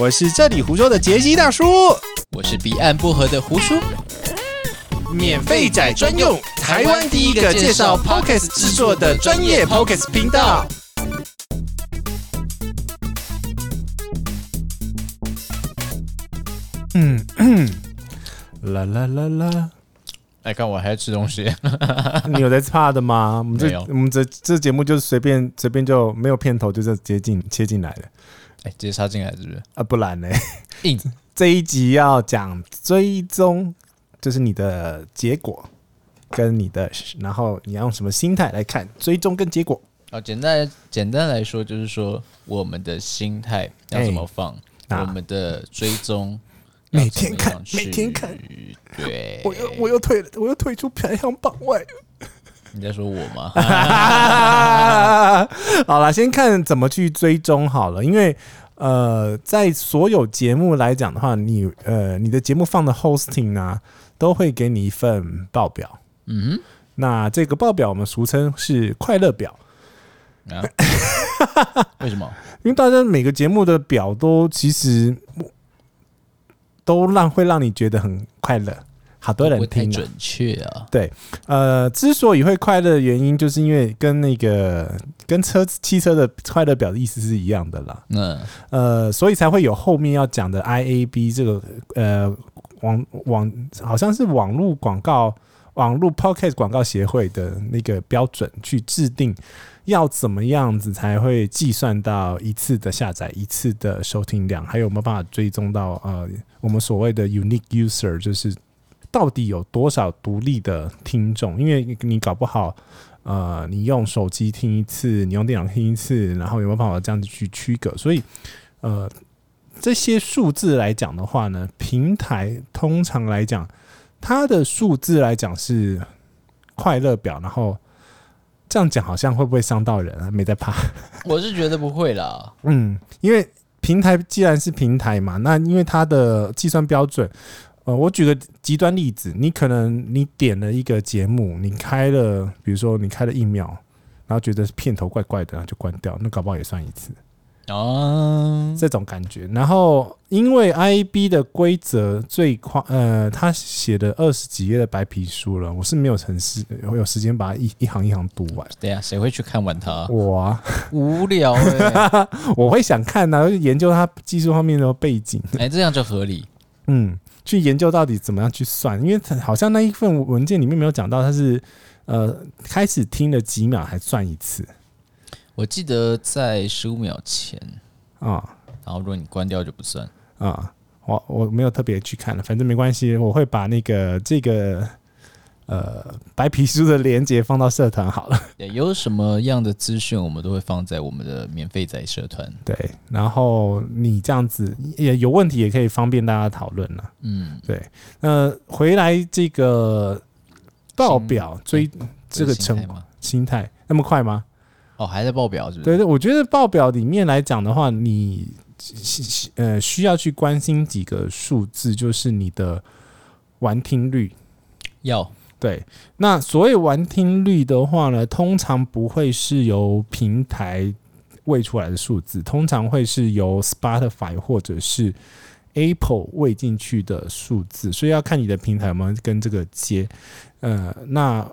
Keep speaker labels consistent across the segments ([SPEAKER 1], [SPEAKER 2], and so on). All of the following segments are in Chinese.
[SPEAKER 1] 我是这里胡说的杰西大叔，
[SPEAKER 2] 我是彼岸薄荷的胡叔，
[SPEAKER 1] 免费仔专用，台湾第一个介绍 Podcast 制作的专业 Podcast 频道。嗯，啦啦啦啦，
[SPEAKER 2] 来哎看我还要吃东西，
[SPEAKER 1] 你有在怕的吗？我们
[SPEAKER 2] 没
[SPEAKER 1] 这
[SPEAKER 2] 有
[SPEAKER 1] 我们这这节目就是随便随便就没有片头，就这接近切进来了
[SPEAKER 2] 哎，直接插进来是不是？
[SPEAKER 1] 啊，不然呢？
[SPEAKER 2] 硬
[SPEAKER 1] 这一集要讲追踪，就是你的结果跟你的，然后你要用什么心态来看追踪跟结果。
[SPEAKER 2] 哦，简单简单来说就是说我们的心态要怎么放，
[SPEAKER 1] 哎啊
[SPEAKER 2] 我们的追踪要
[SPEAKER 1] 每天
[SPEAKER 2] 怎
[SPEAKER 1] 看
[SPEAKER 2] 么样去
[SPEAKER 1] 每天看，
[SPEAKER 2] 对，
[SPEAKER 1] 我又我又退了，我又退出排行榜外。
[SPEAKER 2] 你在说我 吗？啊
[SPEAKER 1] 好啦，先看怎么去追踪好了，因为呃，在所有节目来讲的话，你呃你的节目放的 hosting 啊，都会给你一份报表。
[SPEAKER 2] 嗯
[SPEAKER 1] 那这个报表我们俗称是快乐表。
[SPEAKER 2] 哼，啊，为 什么？
[SPEAKER 1] 因为大家每个节目的表都其实都让会让你觉得很快乐，好多人
[SPEAKER 2] 不太
[SPEAKER 1] 听、啊
[SPEAKER 2] 准。确啊，
[SPEAKER 1] 呃，之所以会快乐的原因，就是因为跟那个跟车子汽车的快乐表的意思是一样的啦。
[SPEAKER 2] 嗯，
[SPEAKER 1] 呃，所以才会有后面要讲的 IAB 这个呃网网好像是网络广告网络 Podcast 广告协会的那个标准去制定，要怎么样子才会计算到一次的下载、一次的收听量，还有没有办法追踪到呃我们所谓的 unique user，就是到底有多少独立的听众？因为你搞不好。呃，你用手机听一次，你用电脑听一次，然后有没有办法这样子去区隔？所以呃，这些数字来讲的话呢，平台通常来讲，它的数字来讲是快乐表，然后这样讲好像会不会伤到人啊？没在怕，
[SPEAKER 2] 我是觉得不会啦，
[SPEAKER 1] 嗯，因为平台既然是平台嘛，那因为它的计算标准。呃，我举个极端例子，你可能你点了一个节目，你开了，比如说你开了一秒，然后觉得片头怪怪的，然后就关掉，那搞不好也算一次。
[SPEAKER 2] 啊，
[SPEAKER 1] 这种感觉。然后因为 IAB 的规则最宽，呃，他写的二十几页的白皮书了，我是没有成时我有时间把它一一行一行读完。
[SPEAKER 2] 对呀，谁会去看完它？
[SPEAKER 1] 我啊、
[SPEAKER 2] 无聊哎，
[SPEAKER 1] 我 会想看呢、啊，就研究它技术方面的背景，
[SPEAKER 2] 哎，这样就合理。
[SPEAKER 1] 嗯，去研究到底怎么样去算，因为它好像那一份文件里面没有讲到它是。呃，开始听了几秒还算一次
[SPEAKER 2] 我记得在十五秒前，
[SPEAKER 1] 啊
[SPEAKER 2] 然后如果你关掉就不算。
[SPEAKER 1] 啊、我我没有特别去看了，反正没关系，我会把那个这个呃白皮书的链接放到社团好了。
[SPEAKER 2] 也有什么样的资讯，我们都会放在我们的免费仔社团。
[SPEAKER 1] 对，然后你这样子也有问题，也可以方便大家讨论了。
[SPEAKER 2] 嗯，
[SPEAKER 1] 那回来这个报表追这个
[SPEAKER 2] 心态
[SPEAKER 1] 成
[SPEAKER 2] 吗？
[SPEAKER 1] 心态那么快吗？
[SPEAKER 2] 哦，还在报表是不
[SPEAKER 1] 对
[SPEAKER 2] 是？
[SPEAKER 1] 对，我觉得报表里面来讲的话，你需呃需要去关心几个数字，就是你的完听率。
[SPEAKER 2] 要
[SPEAKER 1] 对，那所谓完听率的话呢，通常不会是由平台喂出来的数字，通常会是由 Spotify 或者是 Apple 喂进去的数字，所以要看你的平台有没有跟这个接。呃，那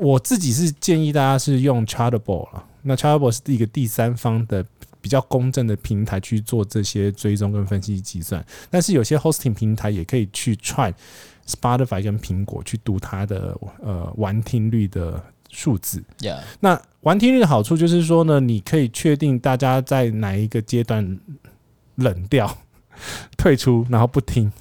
[SPEAKER 1] 我自己是建议大家是用 Chartable 了，那 Chartable 是一个第三方的。比较公正的平台去做这些追踪跟分析计算，但是有些 hosting 平台也可以去 try Spotify 跟苹果去读它的呃完听率的数字。
[SPEAKER 2] 呀，
[SPEAKER 1] 那完听率的好处就是说呢，你可以确定大家在哪一个阶段冷掉、 退出，然后不听，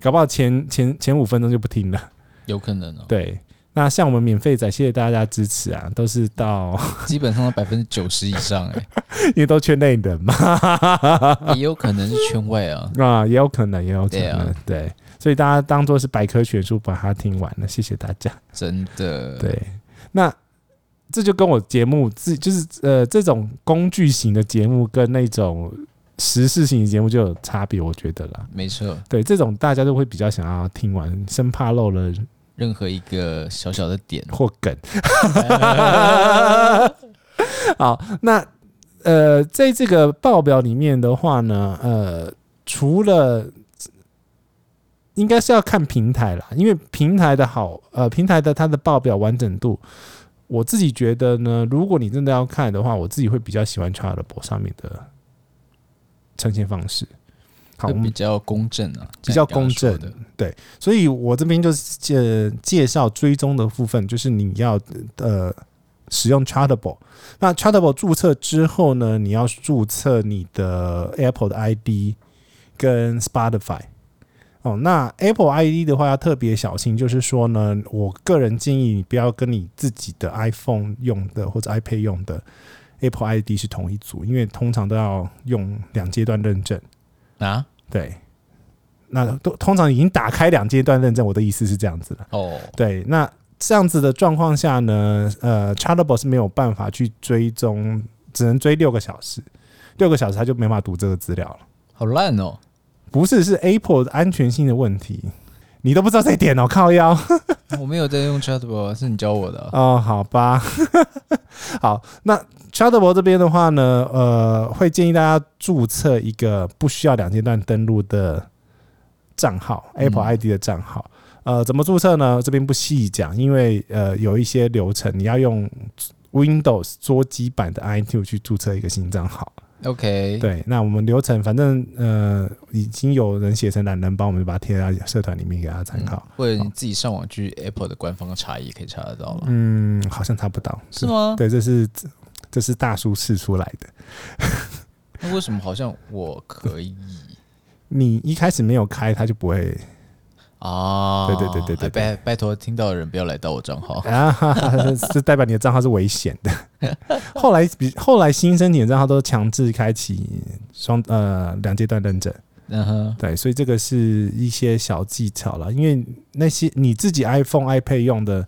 [SPEAKER 1] 搞不好前前前五分钟就不听了。
[SPEAKER 2] 有可能哦。
[SPEAKER 1] 对，那像我们免费仔，谢谢大家支持啊，都是到
[SPEAKER 2] 基本上百分之九十以上，哎，
[SPEAKER 1] 因为都圈内人嘛，
[SPEAKER 2] 也有可能是圈外啊。
[SPEAKER 1] 啊，也有可能，也有可
[SPEAKER 2] 对
[SPEAKER 1] 能，
[SPEAKER 2] 啊
[SPEAKER 1] 对，所以大家当做是百科全书把它听完了，谢谢大家。
[SPEAKER 2] 真的，
[SPEAKER 1] 对，那这就跟我节目自就是呃这种工具型的节目跟那种时事型的节目就有差别，我觉得啦。
[SPEAKER 2] 没错。
[SPEAKER 1] 对，这种大家都会比较想要听完，生怕漏了
[SPEAKER 2] 任何一个小小的点，
[SPEAKER 1] 或 梗。 好，那呃，在这个报表里面的话呢，呃，除了应该是要看平台啦，因为平台的好，呃，平台的它的报表完整度，我自己觉得呢，如果你真的要看的话，我自己会比较喜欢 Chartable 上面的呈现方式。好，
[SPEAKER 2] 会
[SPEAKER 1] 我们
[SPEAKER 2] 比较公正啊，
[SPEAKER 1] 比
[SPEAKER 2] 像
[SPEAKER 1] 较
[SPEAKER 2] 你刚刚
[SPEAKER 1] 公
[SPEAKER 2] 说
[SPEAKER 1] 正
[SPEAKER 2] 的。
[SPEAKER 1] 所以我这边就是介介绍追踪的部分，就是你要呃使用 Chartable。那 Chartable 注册之后呢，你要注册你的 Apple 的 ID 跟 Spotify。哦，那 Apple ID 的话要特别小心，就是说呢，我个人建议你不要跟你自己的 iPhone 用的或者 iPad 用的 Apple ID 是同一组，因为通常都要用两阶段认证。
[SPEAKER 2] 啊，
[SPEAKER 1] 对，那都通常已经打开两阶段认证，我的意思是这样子了。
[SPEAKER 2] 哦，
[SPEAKER 1] 对，那这样子的状况下呢，呃，Chartable 是没有办法去追踪，只能追六个小时，六个小时他就没法读这个资料了。
[SPEAKER 2] 好烂哦，
[SPEAKER 1] 不是，是 Apple 的安全性的问题，你都不知道这一点哦，靠腰。
[SPEAKER 2] 我没有在用 Chatbot，是你教我的啊、
[SPEAKER 1] 哦，好吧， 好，那 Chartable 这边的话呢，呃，会建议大家注册一个不需要两阶段登录的账号
[SPEAKER 2] 嗯
[SPEAKER 1] ，Apple ID 的账号。呃，怎么注册呢？这边不细讲，因为呃有一些流程，你要用 Windows 桌机版的 iTunes 去注册一个新账号。
[SPEAKER 2] OK，
[SPEAKER 1] 对，那我们流程反正呃已经有人写成懒人包，我们就把它贴在社团里面给大家参
[SPEAKER 2] 嗯
[SPEAKER 1] 考。
[SPEAKER 2] 或者你自己上网去 Apple 的官方查也可以查得到了，
[SPEAKER 1] 嗯，好像查不到，
[SPEAKER 2] 是吗？
[SPEAKER 1] 对，这是这是大叔试出来的。
[SPEAKER 2] 那为什么好像我可以
[SPEAKER 1] 你一开始没有开，它就不会
[SPEAKER 2] 啊？
[SPEAKER 1] 对对对对对对
[SPEAKER 2] 拜拜托，听到的人不要来盗我账号。
[SPEAKER 1] 啊，哈哈这代表你的账号是危险的。 后来比后来新申请的账号都强制开启双呃两阶段认证，
[SPEAKER 2] 嗯哼，
[SPEAKER 1] 对，所以这个是一些小技巧了。因为那些你自己 iPhone、iPad 用的，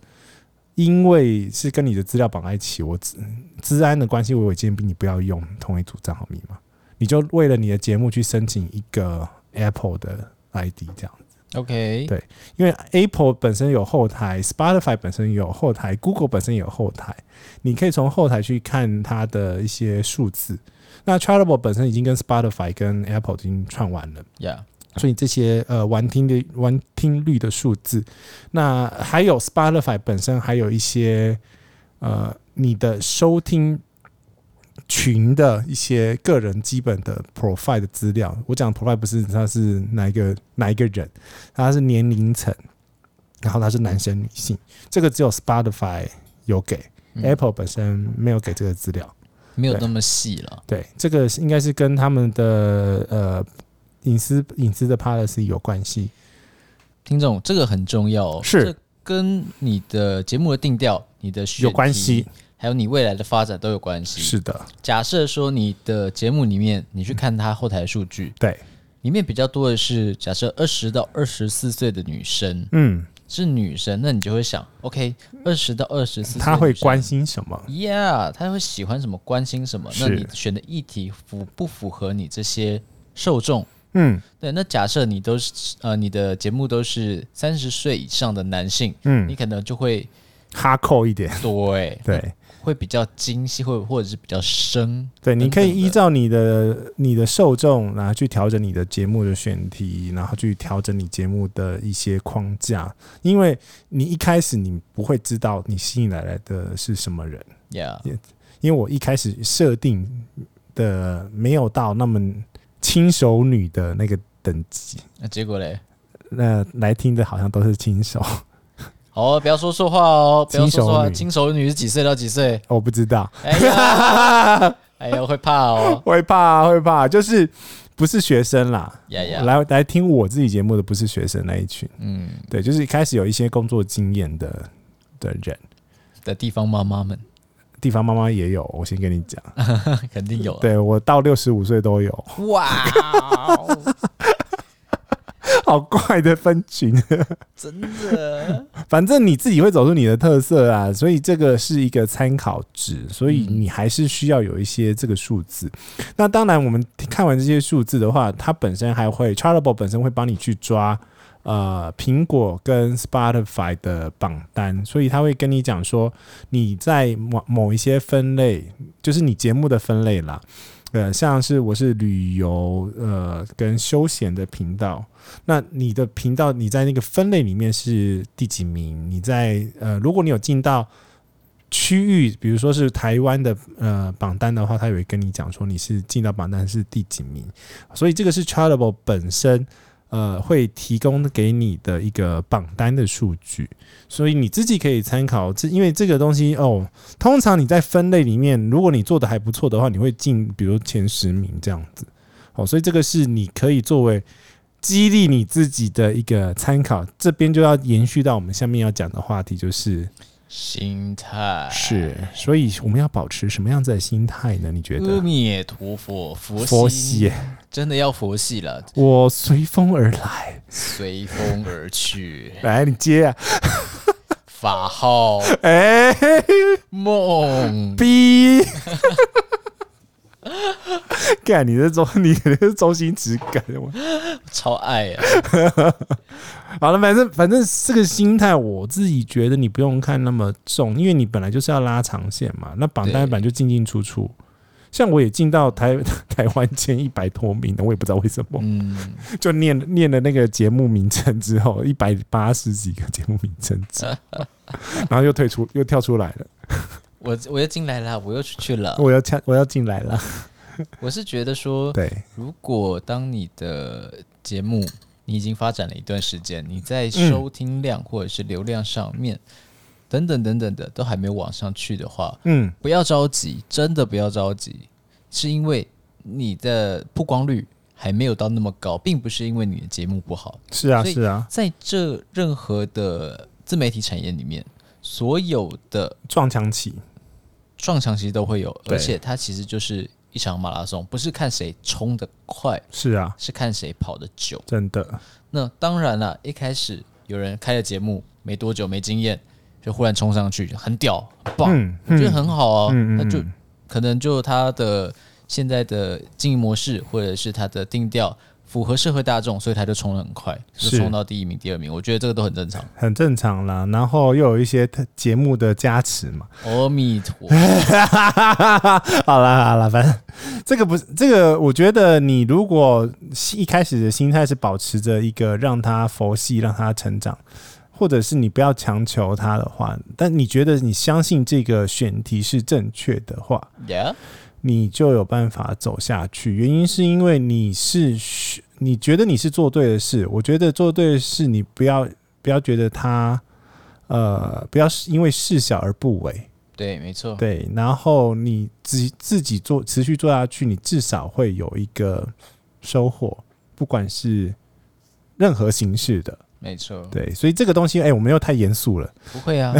[SPEAKER 1] 因为是跟你的资料绑在一起，我治治安的关系，我有建议你不要用同一组账号密码，你就为了你的节目去申请一个 Apple 的 ID 这样。
[SPEAKER 2] OK，
[SPEAKER 1] 对因为 Apple 本身有后台，Spotify 本身也有后台，Google 本身也有后台，你可以从后台去看它的一些数字。那 Chartable 本身已经跟 Spotify 跟 Apple 已经串完了，
[SPEAKER 2] 呀，
[SPEAKER 1] 所以这些呃完听的完听率的数字，那还有 Spotify 本身还有一些呃你的收听群的一些个人基本的 profile 的资料。我讲 profile 不是他是哪一个哪一个人，他是年龄层，然后他是男生女性，这个只有 Spotify 有给、
[SPEAKER 2] 嗯
[SPEAKER 1] Apple 本身没有给这个资料。
[SPEAKER 2] 没有
[SPEAKER 1] 对
[SPEAKER 2] 那么细了。
[SPEAKER 1] 对，这个是应该是跟他们的呃隐私隐私的 policy 有关系。
[SPEAKER 2] 听众，这个很重要哦，
[SPEAKER 1] 是
[SPEAKER 2] 这跟你的节目的定调、你的选题
[SPEAKER 1] 有关系，
[SPEAKER 2] 还有你未来的发展都有关系。
[SPEAKER 1] 是的，
[SPEAKER 2] 假设说你的节目里面，你去看它后台数据，
[SPEAKER 1] 对，
[SPEAKER 2] 里面比较多的是假设二十到二十四岁的女生
[SPEAKER 1] 嗯，
[SPEAKER 2] 是女生，那你就会想，OK，二十到二十四，
[SPEAKER 1] 他会关心什么？
[SPEAKER 2] ，Yeah，她会喜欢什么，关心什么？那
[SPEAKER 1] 是
[SPEAKER 2] 你选的议题符不符合你这些受众？
[SPEAKER 1] 嗯
[SPEAKER 2] 对，那假设你都是呃，你的节目都是三十岁以上的男性，你
[SPEAKER 1] 嗯，
[SPEAKER 2] 可能就会
[SPEAKER 1] 哈扣一点，
[SPEAKER 2] 对，
[SPEAKER 1] 对
[SPEAKER 2] 会比较精细，或或者是比较深。
[SPEAKER 1] 对，你可以
[SPEAKER 2] 等等的
[SPEAKER 1] 依照你的你的受众，然后去调整你的节目的选题，然后去调整你节目的一些框架，因为你一开始你不会知道你吸引来来的是什么人。
[SPEAKER 2] Yeah，
[SPEAKER 1] 因为我一开始设定的没有到那么轻熟女的那个等级，
[SPEAKER 2] 那结果嘞？
[SPEAKER 1] 那来听的好像都是轻熟，
[SPEAKER 2] 好哦、不要说错话哦，不要说错话。
[SPEAKER 1] 轻
[SPEAKER 2] 轻熟女是几岁到几岁？
[SPEAKER 1] 我不知道，
[SPEAKER 2] 哎呀， 哎呀，会怕哦。
[SPEAKER 1] 会怕会怕，就是不是学生啦，
[SPEAKER 2] 呀呀，
[SPEAKER 1] 来来听我自己节目的不是学生那一群，
[SPEAKER 2] 嗯，
[SPEAKER 1] 对，就是一开始有一些工作经验的的人，
[SPEAKER 2] 的地方妈妈们
[SPEAKER 1] 地方妈妈也有，我先跟你讲，
[SPEAKER 2] 肯定有。，
[SPEAKER 1] 对我到六十五岁都有，
[SPEAKER 2] 哇哦，
[SPEAKER 1] 好怪的分群。
[SPEAKER 2] 真的，
[SPEAKER 1] 反正你自己会走出你的特色啊，所以这个是一个参考值，所以你还是需要有一些这个数字。那当然，我们看完这些数字的话，它本身还会 Chartable 本身会帮你去抓呃苹果跟 Spotify 的榜单，所以它会跟你讲说你在某某一些分类，就是你节目的分类啦。呃，像是我是旅游呃跟休闲的频道，那你的频道你在那个分类里面是第几名？你在呃，如果你有进到区域，比如说是台湾的呃榜单的话，他也会跟你讲说你是进到榜单是第几名，所以这个是 Chartable 本身呃会提供给你的一个榜单的数据，所以你自己可以参考。这因为这个东西哦，通常你在分类里面，如果你做的还不错的话，你会进比如前十名这样子。哦，所以这个是你可以作为激励你自己的一个参考。这边就要延续到我们下面要讲的话题，就是
[SPEAKER 2] 心态
[SPEAKER 1] 是，所以我们要保持什么样子的心态呢？你觉
[SPEAKER 2] 阿
[SPEAKER 1] 得？
[SPEAKER 2] 弥陀佛，佛
[SPEAKER 1] 嗯佛
[SPEAKER 2] 系
[SPEAKER 1] 系，
[SPEAKER 2] 真的要佛系了，
[SPEAKER 1] 我随风而来。，
[SPEAKER 2] 随风而去
[SPEAKER 1] 来，你接啊！
[SPEAKER 2] 法号
[SPEAKER 1] 哎、
[SPEAKER 2] 梦，
[SPEAKER 1] 逼！ 干，你这周你肯定是周星驰干的嘛？
[SPEAKER 2] 超爱啊！
[SPEAKER 1] 好了，反正反正这个心态，我自己觉得你不用看那么重，因为你本来就是要拉长线嘛。那榜单
[SPEAKER 2] 对
[SPEAKER 1] 本来就进进出出，像我也进到台 台湾前一百多名的，我也不知道为什么，
[SPEAKER 2] 嗯，
[SPEAKER 1] 就念念了那个节目名称之后，一百八十几个节目名称之后， 然后又退出，又跳出来了，
[SPEAKER 2] 我我又进来了，我又出去了。
[SPEAKER 1] 我要掐，我要进 来了。
[SPEAKER 2] 我是觉得说，
[SPEAKER 1] 对，
[SPEAKER 2] 如果当你的节目你已经发展了一段时间，你在收听量或者是流量上面、等等等等的都还没有往上去的话，
[SPEAKER 1] 嗯，
[SPEAKER 2] 不要着急，真的不要着急，是因为你的曝光率还没有到那么高，并不是因为你的节目不好。
[SPEAKER 1] 是啊，
[SPEAKER 2] 所以
[SPEAKER 1] 是啊，
[SPEAKER 2] 在这任何的自媒体产业里面，所有的
[SPEAKER 1] 撞墙期，
[SPEAKER 2] 撞墙其实都会有，
[SPEAKER 1] 对
[SPEAKER 2] 而且它其实就是一场马拉松，不是看谁冲得快，
[SPEAKER 1] 是啊，
[SPEAKER 2] 是看谁跑得久。
[SPEAKER 1] 真的，
[SPEAKER 2] 那当然了，一开始有人开了节目没多久，没经验，就忽然冲上去，很屌，很棒，
[SPEAKER 1] 嗯，
[SPEAKER 2] 我觉得
[SPEAKER 1] 嗯
[SPEAKER 2] 很好啊。
[SPEAKER 1] 嗯嗯
[SPEAKER 2] 那就
[SPEAKER 1] 嗯
[SPEAKER 2] 可能就他的现在的经营模式或者是他的定调符合社会大众，所以他就冲得很快，就是冲到第一名、第二名。我觉得这个都很正 常。
[SPEAKER 1] 很正常啦。然后又有一些特节目的加持嘛。
[SPEAKER 2] 阿弥陀，
[SPEAKER 1] 好啦好啦，反正这个不是这个，我觉得你如果一开始的心态是保持着一个让他佛系，让他成长，或者是你不要强求他的话，但你觉得你相信这个选题是正确的话，
[SPEAKER 2] yeah?
[SPEAKER 1] 你就有办法走下去。原因是因为你是需你觉得你是做对的事，我觉得做对的事，你不要不要觉得他呃不要因为事小而不为，
[SPEAKER 2] 对，没错，
[SPEAKER 1] 对。然后你自自己做持续做下去，你至少会有一个收获，不管是任何形式的。
[SPEAKER 2] 没错，
[SPEAKER 1] 对，所以这个东西，哎、我们又太严肃了。
[SPEAKER 2] 不会 啊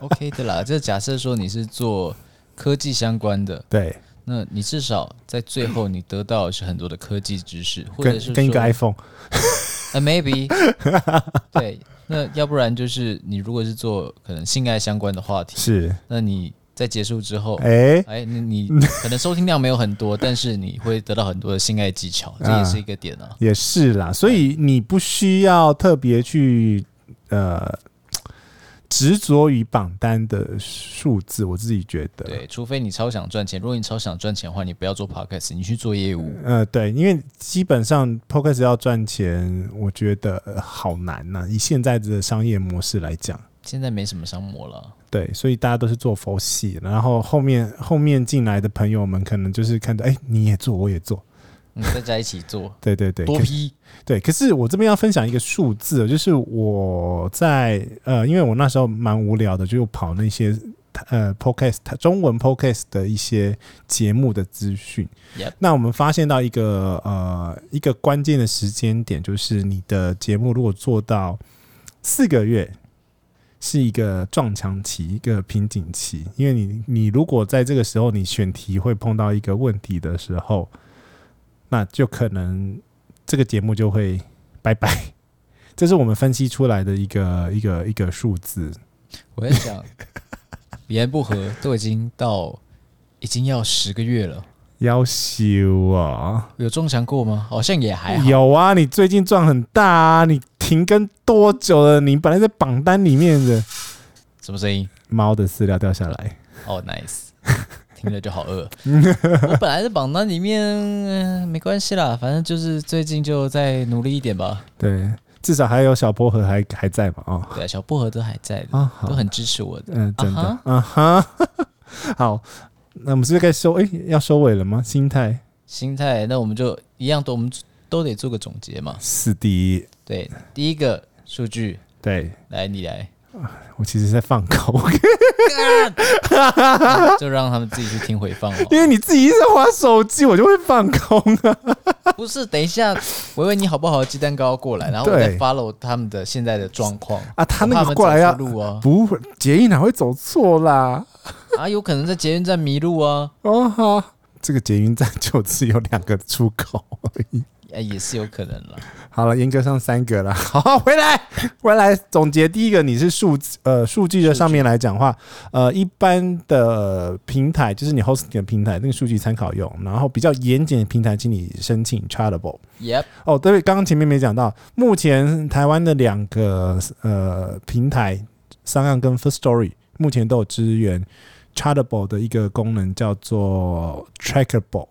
[SPEAKER 2] ，OK 的啦。这假设说你是做科技相关的，
[SPEAKER 1] 对，
[SPEAKER 2] 那你至少在最后你得到的是很多的科技知识，或者
[SPEAKER 1] 跟
[SPEAKER 2] 是
[SPEAKER 1] 跟一个
[SPEAKER 2] 说
[SPEAKER 1] iPhone，
[SPEAKER 2] 呃，maybe，对， 那要不然就是你如果是做可能性爱相关的话题，
[SPEAKER 1] 是，
[SPEAKER 2] 那你在结束之后，
[SPEAKER 1] 哎、
[SPEAKER 2] 哎，你你可能收听量没有很 多，但是你会得到很多的性爱技巧，这也是一个点啊。
[SPEAKER 1] 也是啦，所以
[SPEAKER 2] 哎
[SPEAKER 1] 你不需要特别去呃执着于榜单的数字，我自己觉得。
[SPEAKER 2] 对，除非你超想赚钱，如果你超想赚钱的话，你不要做 podcast，你去做业务。
[SPEAKER 1] 呃，对，因为基本上 Podcast 要赚钱，我觉得呃好难呐、以现在的商业模式来讲，
[SPEAKER 2] 现在没什么商模了，
[SPEAKER 1] 对，所以大家都是做佛系，然后后面后面进来的朋友们，可能就是看到，哎、你也做，我也做，
[SPEAKER 2] 嗯，大家一起做
[SPEAKER 1] 对对 对，
[SPEAKER 2] 多
[SPEAKER 1] 可
[SPEAKER 2] 批，
[SPEAKER 1] 对，可是我这边要分享一个数字哦，就是我在呃，因为我那时候蛮无聊的，就跑那些呃 podcast 中文 podcast 的一些节目的资讯。
[SPEAKER 2] Yep
[SPEAKER 1] 那我们发现到一个呃一个关键的时间点，就是你的节目如果做到四个月。是一个撞墙期，一个瓶颈期，因为你你如果在这个时候你选题会碰到一个问题的时候，那就可能这个节目就会拜拜。 这是我们分析出来的一个一个一个数字，
[SPEAKER 2] 我在想， 语言不合都已经到已经要十个月了，
[SPEAKER 1] 要修啊！
[SPEAKER 2] 有中奖过吗？好像也还好。
[SPEAKER 1] 有啊，你最近赚很大啊！你停更多久了？你本来在榜单里面的
[SPEAKER 2] 什么声音？
[SPEAKER 1] 猫的饲料掉下来，
[SPEAKER 2] 哦，nice， 听了就好饿。我本来的榜单里面、呃没关系啦，反正就是最近就再努力一点吧。
[SPEAKER 1] 对，至少还有小薄荷还还在嘛，哦
[SPEAKER 2] 对啊，小薄荷都还在的，
[SPEAKER 1] 啊，好
[SPEAKER 2] 都，很支持我的。
[SPEAKER 1] 嗯、真的，
[SPEAKER 2] 啊
[SPEAKER 1] 啊哈， 好，那我们是不是该收，诶，要收尾了吗？心态
[SPEAKER 2] 心态，那我们就一样都我们都得做个总结嘛。
[SPEAKER 1] 是第一，
[SPEAKER 2] 对，第一个数据，
[SPEAKER 1] 对
[SPEAKER 2] 来你 来，
[SPEAKER 1] 我其实在放空，
[SPEAKER 2] 啊就让他们自己去听回放哦。
[SPEAKER 1] 因为你自己一直在玩手机，我就会放空啊。
[SPEAKER 2] 不是，等一下，维维你好不好？鸡蛋糕过来，然后我
[SPEAKER 1] 对
[SPEAKER 2] 再 follow 他们的现在的状况
[SPEAKER 1] 啊他那个
[SPEAKER 2] 我怕们
[SPEAKER 1] 过来要，
[SPEAKER 2] 走错路啊
[SPEAKER 1] 不会，捷运哪会走错啦？
[SPEAKER 2] 啊，有可能在捷运站迷路啊，
[SPEAKER 1] 哦好，这个捷运站就只有两个出口 而已。
[SPEAKER 2] 哎，也是有可能了。
[SPEAKER 1] 好了，严格上三个了。 好，回来，回来。总结第一个，你是数字呃数据的上面来讲的话，呃，一般的平台就是你 hosting 的平台，那个数据参考用。然后比较严谨的平台，请你申请 Chartable。
[SPEAKER 2] Yep，
[SPEAKER 1] 哦，对，刚刚前面没讲到，目前台湾的两个呃平台，商岸跟 First Story，目前都有支援 Chartable 的一个功能，叫做 Trackable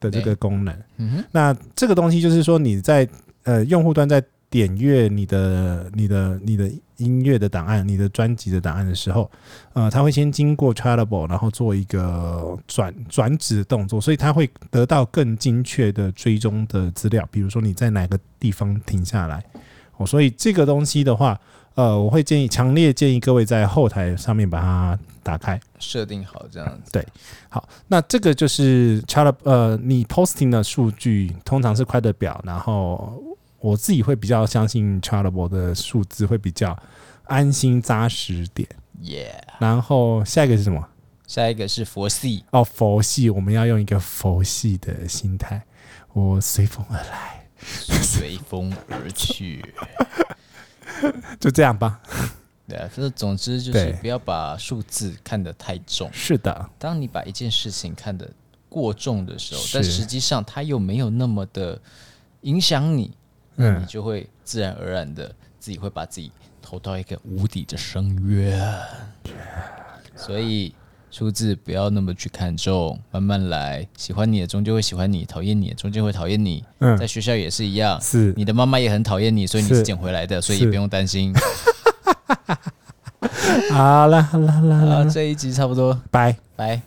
[SPEAKER 1] 的这个
[SPEAKER 2] 对
[SPEAKER 1] 功能。
[SPEAKER 2] 嗯哼，
[SPEAKER 1] 那这个东西就是说你在呃用户端在点阅你的你的你的音乐的档案、你的专辑的档案的时候，呃，它会先经过 Chartable，然后做一个转转址的动作，所以它会得到更精确的追踪的资料，比如说你在哪个地方停下来。哦，所以这个东西的话，呃，我会建议，强烈建议各位在后台上面把它打开。
[SPEAKER 2] 设定好这样子。
[SPEAKER 1] 对好，那这个就是 chart up，呃，你 posting 的数据通常是快乐表，然后我自己会比较相信 chartable 的数字会比较安心扎实点。
[SPEAKER 2] Yeah，
[SPEAKER 1] 然后下一个是什么？
[SPEAKER 2] 下一个是佛系，
[SPEAKER 1] 哦，佛系，我们要用一个佛系的心态，我随风而来，
[SPEAKER 2] 随风而去。
[SPEAKER 1] 就这样吧。
[SPEAKER 2] 对啊，就是总之就是
[SPEAKER 1] 对
[SPEAKER 2] 不要把数字看得太重。
[SPEAKER 1] 是的，
[SPEAKER 2] 当你把一件事情看得过重的时候，
[SPEAKER 1] 是
[SPEAKER 2] 但实际上它又没有那么的影响你，那你
[SPEAKER 1] 嗯，
[SPEAKER 2] 就会自然而然的自己会把自己投到一个无底的深渊。
[SPEAKER 1] 啊
[SPEAKER 2] 所以数字不要那么去看重，慢慢来。喜欢你的终究会喜欢你，讨厌你的终究会讨厌你。
[SPEAKER 1] 嗯
[SPEAKER 2] 在学校也是一样，
[SPEAKER 1] 是
[SPEAKER 2] 你的妈妈也很讨厌你，所以你是
[SPEAKER 1] 是
[SPEAKER 2] 捡回来的，所以
[SPEAKER 1] 是
[SPEAKER 2] 也不用担 心。
[SPEAKER 1] 好啦好啦好啦，呃
[SPEAKER 2] 啊，这一集差不多，
[SPEAKER 1] 拜。
[SPEAKER 2] 拜。